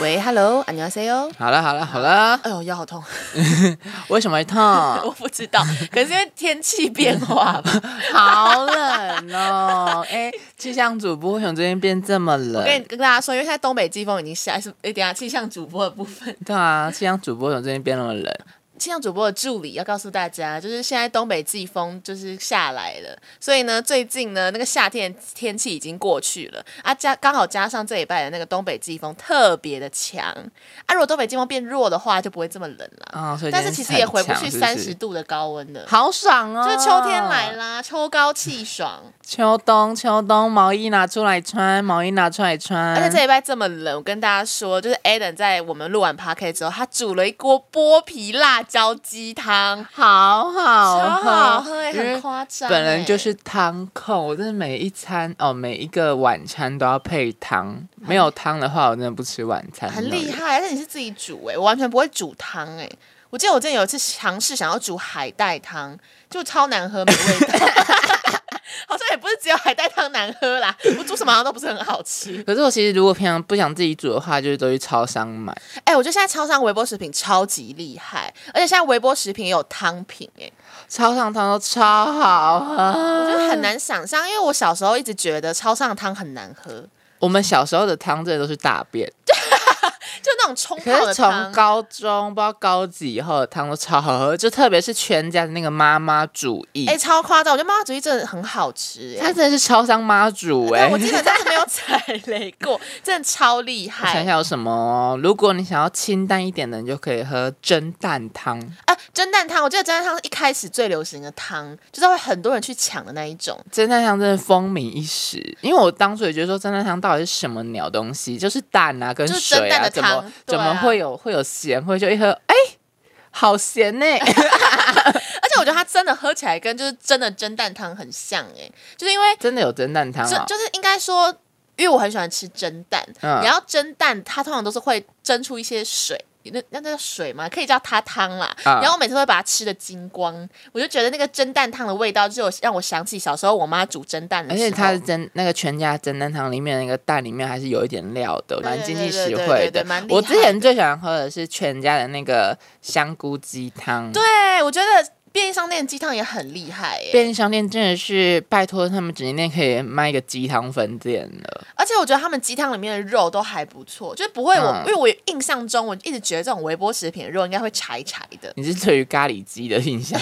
喂，Hello，안녕하세요。好了好了好了，哎呦，腰好痛，为什么 会痛？ 我不知道，可是因为天气变化吧。 好冷哦！哎、气象主播，为什么最近变这么我跟冷你？跟大家说，因为现在东北季风已经下，是哎，等一下气象主播的部分，对啊，气象主播为什么最近变那么冷？ 气象主播的助理要告诉大家，就是现在东北季风就是下来了，所以呢，最近呢那个夏天天气已经过去了啊，加刚好加上这礼拜的那个东北季风特别的强啊，如果东北季风变弱的话，就不会这么冷了。啊、所以但是今其天实也回不很强去是三是十度的高温了。好爽哦！就是秋天来，啦，秋高气爽，秋冬秋冬，毛衣拿出来穿，毛衣拿出来穿。而且这礼拜这么冷，我跟大家说，就是 Adam 在我们录完 p a r k 之后，他煮了一锅剥皮辣椒鸡汤，好好超喝好喝、欸，因为很夸张、本人就是汤控，我真的每一餐哦，每一个晚餐都要配汤，没有汤的话，我真的不吃晚餐。欸很厉。害，而且你是自己煮哎、我完全不会煮汤哎、我记得我之前有一次尝试想要煮海带汤，就超难喝，没味 道。好像也不是只有海带汤难喝啦，我煮什么好像都不是很好吃。可是我其实如果平常不想自己煮的话，就是都去超商买。哎、我觉得现在超商微波食品超级厉害，而且现在微波食品也有汤品哎、超商汤都超好喝。我就很嗯难想象，因为我小时候一直觉得超商的汤很难喝，就我们小时候的汤真的都是大便，那种冲泡可的是从汤。高中不知道高几以后的汤都超好喝，就特别是全家的那个妈妈煮意，哎、超夸张！我觉得妈妈煮鸡真的很好吃、它哎，真的是超商妈煮哎、但我基本上是没有踩雷 过，真的超厉我想害。想有什么哦、如果你想要清淡一点的，你就可以喝蒸蛋汤。哎、蒸蛋汤，我记得蒸蛋汤是一开始最流行的汤，就是会很多人去抢的那一种。蒸蛋汤真的风靡一时，因为我当初也觉得说蒸蛋汤到底是什么鸟东西，就是蛋啊跟就是水蒸蛋啊，的怎汤么对怎啊么会有会有咸会就一喝，哎、好咸呢、 而且我觉得它真的喝起来跟就是真的蒸蛋汤很像、哎，就是因为真的有蒸蛋汤就啊、就是应该说，因为我很喜欢吃蒸蛋，嗯然后蒸蛋它通常都是会蒸出一些水。那那那叫水嘛，可以叫它汤啦。嗯然后我每次都会把它吃的精光，我就觉得那个蒸蛋汤的味道，就有让我想起小时候我妈煮蒸蛋的而时候。且它是蒸那个全家蒸蛋汤里面那个蛋里面还是有一点料的，蛮经济实对对惠对的蛮厉害。的我之前最喜欢喝的是全家的那个香菇鸡汤。对，我觉得便利商店鸡汤也很厉害耶、便利商店真的是拜托他们直营店可以卖一个鸡汤分店了，而且我觉得他们鸡汤里面的肉都还不错，就是不会我、嗯因为我印象中我一直觉得这种微波食品的肉应该会柴柴的，你是对于咖喱鸡的 印象？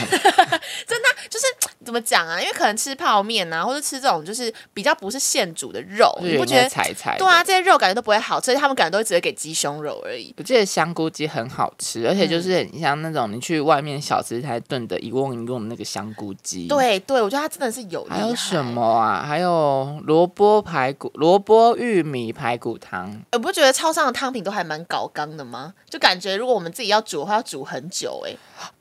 就是怎么讲啊？因为可能吃泡面啊，或者吃这种就是比较不是现煮的肉，就你不人觉家得？踩踩的。对啊，这些肉感觉都不会好吃，而且他们感觉都只会给鸡胸肉而已。我记得香菇鸡很好吃，嗯而且就是很像那种你去外面小吃摊炖的一瓮一瓮的那个香菇鸡。，对对，我觉得它真的是有厉害还有什？么啊？还有萝卜排骨、萝卜玉米排骨汤。呃我不觉得超商的汤品都还蛮搞刚的吗？就感觉如果我们自己要煮的话，要煮很久哎、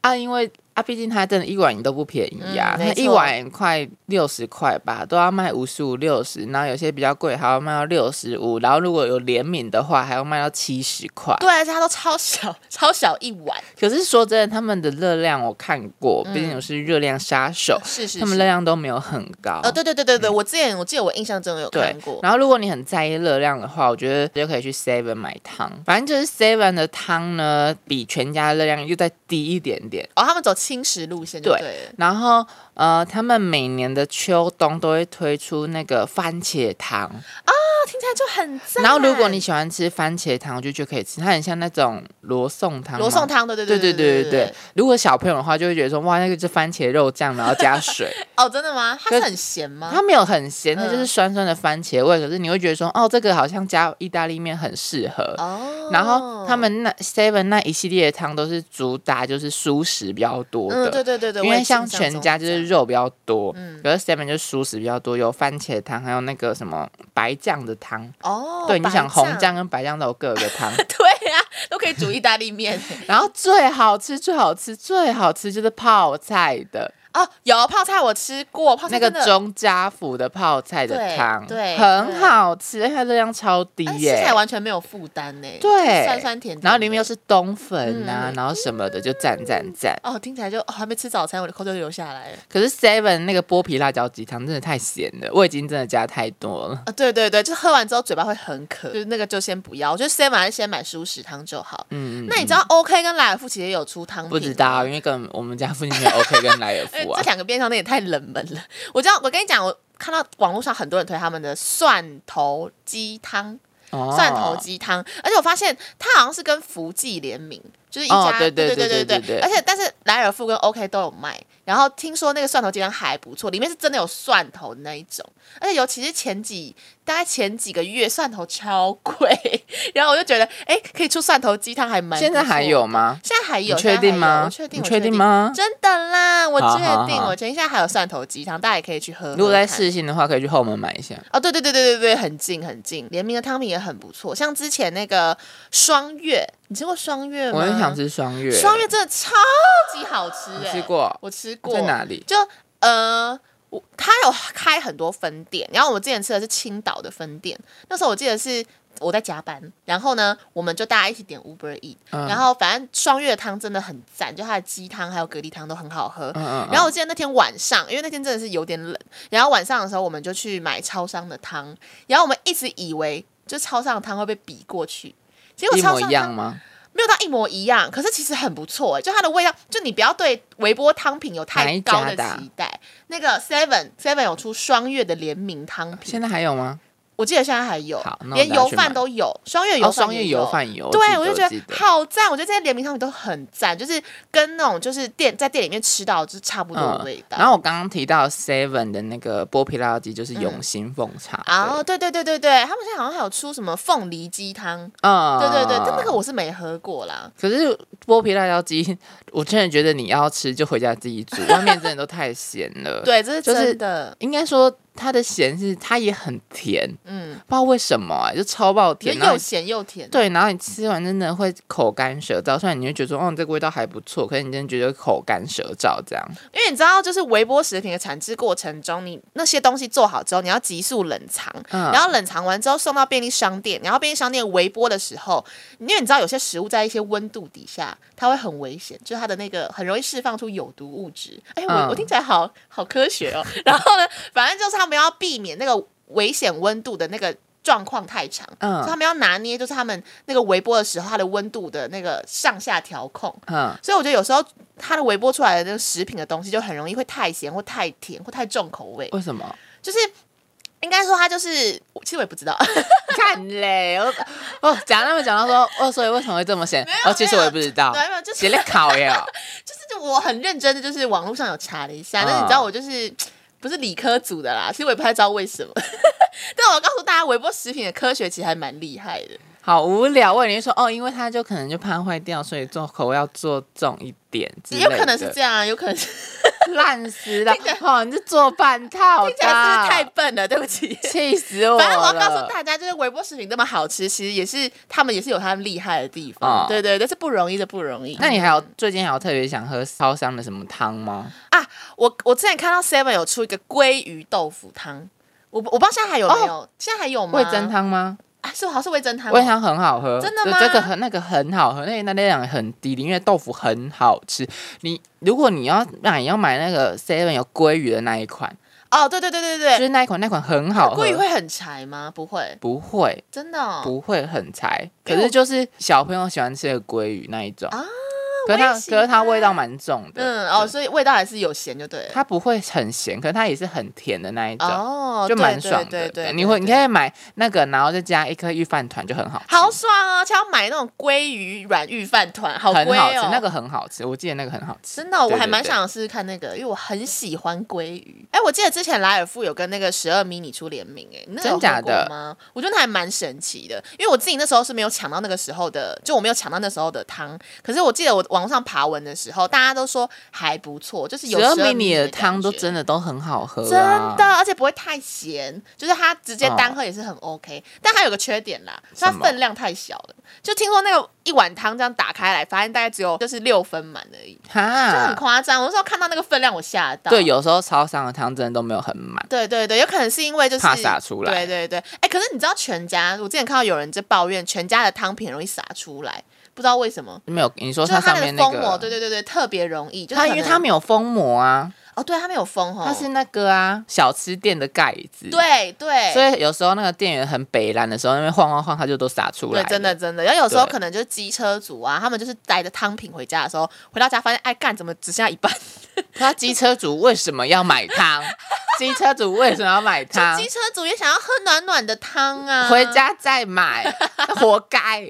啊，因为啊，毕竟它真的一碗都不便宜啊，嗯它没错一碗快六十块吧，都要卖五十五、六十，然后有些比较贵还要卖到六十五，然后如果有联名的话，还要卖到七十块。对，啊而且它都超小， 超小一碗，可是说真的，他们的热量我看过，毕竟我是热量杀手，是嗯是他们是。热量都没有很高。呃，对对对对对，我之前我记得我印象中有对看过，然后如果你很在意热量的话，我觉得就可以去 Seven 买汤。反正就是 Seven 的汤呢，比全家的热量又再低一点点。哦，他们走轻食路线就对对了。然后呃，他们每年的秋冬都会推出那个番茄汤，那哦听起来就很赞。然后如果你喜欢吃番茄汤，我就觉得可以吃，它很像那种罗宋汤吗。罗宋汤，对对对对对对对对对，如果小朋友的话，就会觉得说哇，那个是番茄肉酱，然后加水，哦，真的吗？它是可很咸吗？它没有很咸，它就是嗯酸酸的番茄味。可是你会觉得说，哦，这个好像加意大利面很适合。哦然后他们那 Seven 那一系列的汤都是主打就是蔬食比较多的，嗯，对对对对，因我为也像印象全中家就是肉比较多，嗯可是 Seven 就素食比较多，有番茄汤，还有那个什么白酱的汤。这样哦，对，你白想红，酱跟白酱都有各有个汤。 对呀、都可以煮意大利面然后最好吃、最好吃、最好吃就是泡菜的，哦，有泡菜我吃过，泡菜那个哦真的中家福的泡菜的对汤，对很对好吃，而且它热量超低哎吃耶、起来完全没有负担呢，对，酸酸甜甜的，然后里面又是冬粉呐、嗯然后什么的，就赞赞赞。哦，听起来就哦还没吃早餐，我的口水就流下来了。可是 Seven 那个剥皮辣椒鸡汤真的太咸了，味精真的加太多了。啊，对对对，就是喝完之后嘴巴会很渴，就是那个就先不要。我觉得 seven 还是先买熟食汤就好。嗯，那你知道 OK 跟莱尔富其实也有出汤品吗？不知道，因为跟我们家附近没有 OK 跟莱尔哎，夫啊 这。两个便当店也太冷门了。我知道，我跟你讲，我看到网络上很多人推他们的蒜头鸡汤，哦蒜头鸡汤，而且我发现它好像是跟福记联名，就是一家、哦对对对对对对对对而且但是莱尔富跟 OK 都有卖，然后听说那个蒜头鸡汤还不错，里面是真的有蒜头的那一种，而且尤其是前几大概前几个月蒜头超贵，然后我就觉得哎可以出蒜头鸡汤还蛮不错现在还有。吗？现在还有，你确定吗现在还有我确定，你我确定吗真的啦，我确好定，好嗯好我确定。现在还有蒜头鸡汤，大家也可以去喝喝看。如果在市信的话，可以去后门买一下。哦，对对对对对对，很近很近，联名的汤品也很不错，像之前那个双月，你吃过双月吗？我很想吃双月，双月真的超级好吃、你哎，吃，过我吃过，在哪里？就呃，我它有开很多分店，然后我之前吃的是青岛的分店，那时候我记得是。我在加班，然后呢，我们就大家一起点 Uber Eat，、嗯然后反正双月汤真的很赞，就它的鸡汤还有蛤蜊汤都很好喝。嗯嗯嗯然后我记得那天晚上，因为那天真的是有点冷，然后晚上的时候我们就去买超商的汤，然后我们一直以为就超商的汤会被比过去，结果一超模商一的汤样吗？没有到一模一样，可是其实很不错哎，就它的味道，就你不要对微波汤品有哪太一高家的的啊期待。那个 Seven Seven 有出双月的联名汤品，现在还有吗？我记得现在还有好那，我连等下油去买饭都有，双月油哦，饭双也月有油饭油，对，我我记就得觉记得得好赞，我觉得这些联名商品都很赞，就是跟那种就是店在店里面吃到就是差不多的味道。嗯然后我刚刚提到 Seven 的那个剥皮辣椒鸡，就是永兴凤茶的。嗯啊，对对对对对，他们现在好像还有出什么凤梨鸡汤，嗯对对对，但那个我是没喝过啦。可是剥皮辣椒鸡，我真的觉得你要吃就回家自 己煮，外面真的都太咸了。，对，这是就是真的，应该说它的咸是它也很甜，嗯，不知道为什么、啊，就超爆就甜。然后又你咸又甜。啊对，然后你吃完真的会口干舌燥，虽然你会觉得说，哦，这个味道还不错，可是你真的觉得口干舌燥这样。因为你知道，就是微波食品的产制过程中，你那些东西做好之后，你要急速冷藏，嗯然后冷藏完之后送到便利商店，然后便利商店微波的时候，因为你知道有些食物在一些温度底下，它会很危险，就是它的那个很容易释放出有毒物质。哎，我、嗯我听起来好好科学哦。 然后呢，反正就是他们要避免那个危险温度的那个。状况太长，嗯所以他们要拿捏，就是他们那个微波的时候，它的温度的那个上下调控，嗯，所以我觉得有时候它的微波出来的那个食品的东西，就很容易会太咸或太甜或太重口味，为什么？就是应该说它就是，其实我也不知道，看嘞，我哦，讲那么讲到说，哦，所以为什么会这么咸？哦，其实我也不知道， 对，没有，就是咸的烤耶哦。就是我很认真的，就是网络上有查了一下，嗯但是你知道我就是。不是理科组的啦，其实我也不太知道为什么。 但我要告诉大家，微波食品的科学其实还蛮厉害的。好无聊。我跟你说，哦，因为它就可能就怕坏掉，所以做口味要做重一点之类有的。可能是这样啊，有可能是，烂死了，哦，你是做半套的，听起来是不是太笨了？对不起。啊气死我了。反正我要告诉大家，就是微波食品那么好吃，其实也是他们也是有他们厉害的地方。哦对对，但是不容易的，不容易。那你还有最近还有特别想喝超商的什么汤吗？啊，我我之前看到 Seven 有出一个鲑鱼豆腐汤，我不我不知道现在还有没有，现在还有吗？哦味噌汤吗？啊，是好像是味噌汤哦，味噌汤很好喝，真的就吗这个很那个很好喝，那个那热量很低，因为豆腐很好吃。你如果你要买，你要买那个 Seven 有鲑鱼的那一款，哦，对对对对就对，是那一款那款很好喝鲑鱼，会很柴吗？不会，不会真的、哦。不会很柴，因可为是我就是小朋友喜欢吃的鲑鱼那一种啊。可是它，我也喜可是它欢味道蛮重的，嗯哦，所以味道还是有咸就对了。它不会很咸，可是它也是很甜的那一种，哦，就对蛮爽的。对对对，你会，对你可以买那个，然后再加一颗玉饭团，就很好吃，好爽哦！且要买那种鲑鱼软玉饭团，好很贵好吃哦。，那个很好吃，我记得那个很好吃。真的哦、对我还蛮对对想试试看那个，因为我很喜欢鲑鱼。哎，我记得之前莱尔富有跟那个十二迷你出联名，哎，你那时候真假喝过的吗？我觉得那还蛮神奇的，因为我自己那时候是没有抢到那个时候的，就我没有抢到那时候的汤。可是我记得我网上爬文的时候，大家都说还不错，就是有十二迷迷你的的汤都感觉真的都很好喝、真啊，的，而且不会太咸，就是它直接单哦喝也是很 OK、但它有个缺点啦，就它什么分量太小了。就听说那个一碗汤这样打开来，发现大概只有就是六分满而已，就很哈。夸张。我那时候看到那个分量，我吓到。嗯对，有时候超商的汤真的都没有很满，对对对，有可能是因为就是怕洒出来对对对，哎、可是你知道全家，我之前看到有人在抱怨全家的汤品容易洒出来，不知道为什么。没有。你说就是它上的面那封膜，个，对对对对，特别容易。就是它可因为能它没有封膜啊，哦，对，它没有封哦，它是那个啊小吃店的盖子。。对对，所以有时候那个店员很北蓝的时候，那边晃晃晃，它就都洒出来对，了。真的真的。然后有时候对可能就是机车族啊，他们就是带着汤品回家的时候，回到家发现，哎，干怎么只剩下一半？ 他机车主为什么要买汤？机车主为什么要买就汤机？车族也想要喝暖暖的汤啊，回家 再买，活该。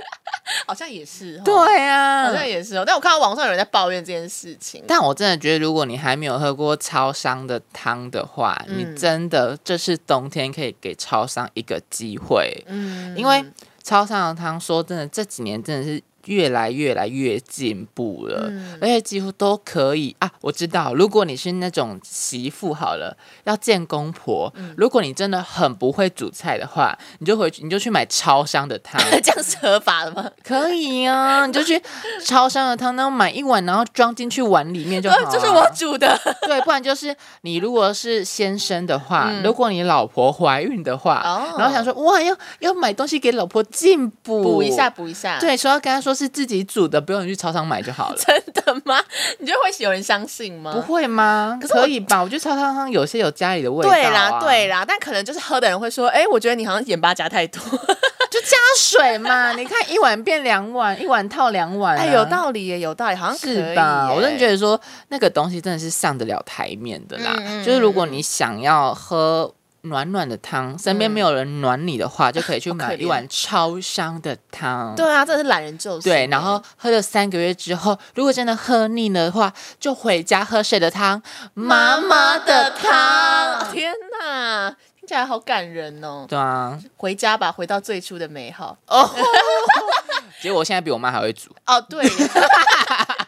好像也是哦，对好啊，像也是哦。但我看到网上有人在抱怨这件事情，但我真的觉得，如果你还没有喝过超商的汤的话，嗯你真的这是冬天可以给超商一个机会，嗯因为超商的汤说真的，这几年真的是越来越来越进步了。嗯而且几乎都可以啊！我知道，如果你是那种媳妇好了，要见公婆，如果你真的很不会煮菜的话，你就回去，你就去买超商的汤， 这样是合法的吗？可以啊， 你就去超商的汤，然后买一碗，然后装进去碗里面就好、啊呃 了。这是我煮的，对，不然就是你如果是先生的话，嗯如果你老婆怀孕的话，哦然后想说哇，要要买东西给老婆进补补一下，补一下，，对，说要跟他说是自己煮的，不用你去超商买就 好了。真的吗？你觉得会有人相信吗？不会吗？可可是我以吧？我觉得超汤汤有些有家里的味道、啊。对啦，对，啦，但可能就是喝的人会说，哎，我觉得你好像盐巴加太多。就加水嘛。你看一碗变两碗，一碗套两碗、啊。哎，有道理耶，有道理，好像可是以吧？耶我真的觉得说那个东西真的是上得了台面的啦。嗯嗯就是如果你想要喝暖暖的汤，身边没有人暖你的话，就嗯哦可以去好可买一怜碗超商的汤。对啊，这是懒人救星耶。对，然后喝了三个月之后，如果真的喝腻了的话，就回家喝谁的汤？妈妈的汤。天哪，听起来好感人哦！对啊，回家吧，回到最初的美好。结果我现在比我妈还会煮。哦，对。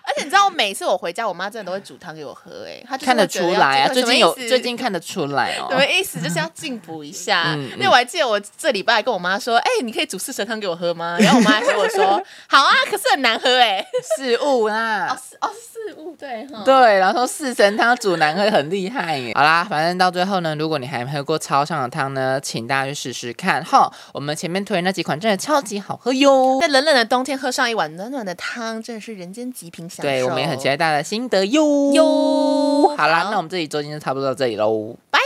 而且你知道，每次我回家，我妈真的都会煮汤给我喝，哎，她就是看得会觉出来啊，要进最什么近有意思最近看得出来哦什。么意思？就是要进补一下。嗯嗯因为我还记得我这礼拜跟我妈说，哎、你可以煮四神汤给我喝吗？然后我妈还跟我说，好啊，可是很难喝哎。事物哦啦，是哦是物对哈。 对，然后说四神汤煮男喝很厉害耶。好啦，反正到最后呢，如果你还没喝过超上的汤呢，请大家去试试看哈。我们前面推的那几款真的超级好喝哟。在冷冷的冬天喝上一碗暖暖的汤，真的是人间极品享受。对，我们也很期待大家的心得哟哟好啦，好那我们这一周今天就差不多到这里喽，拜。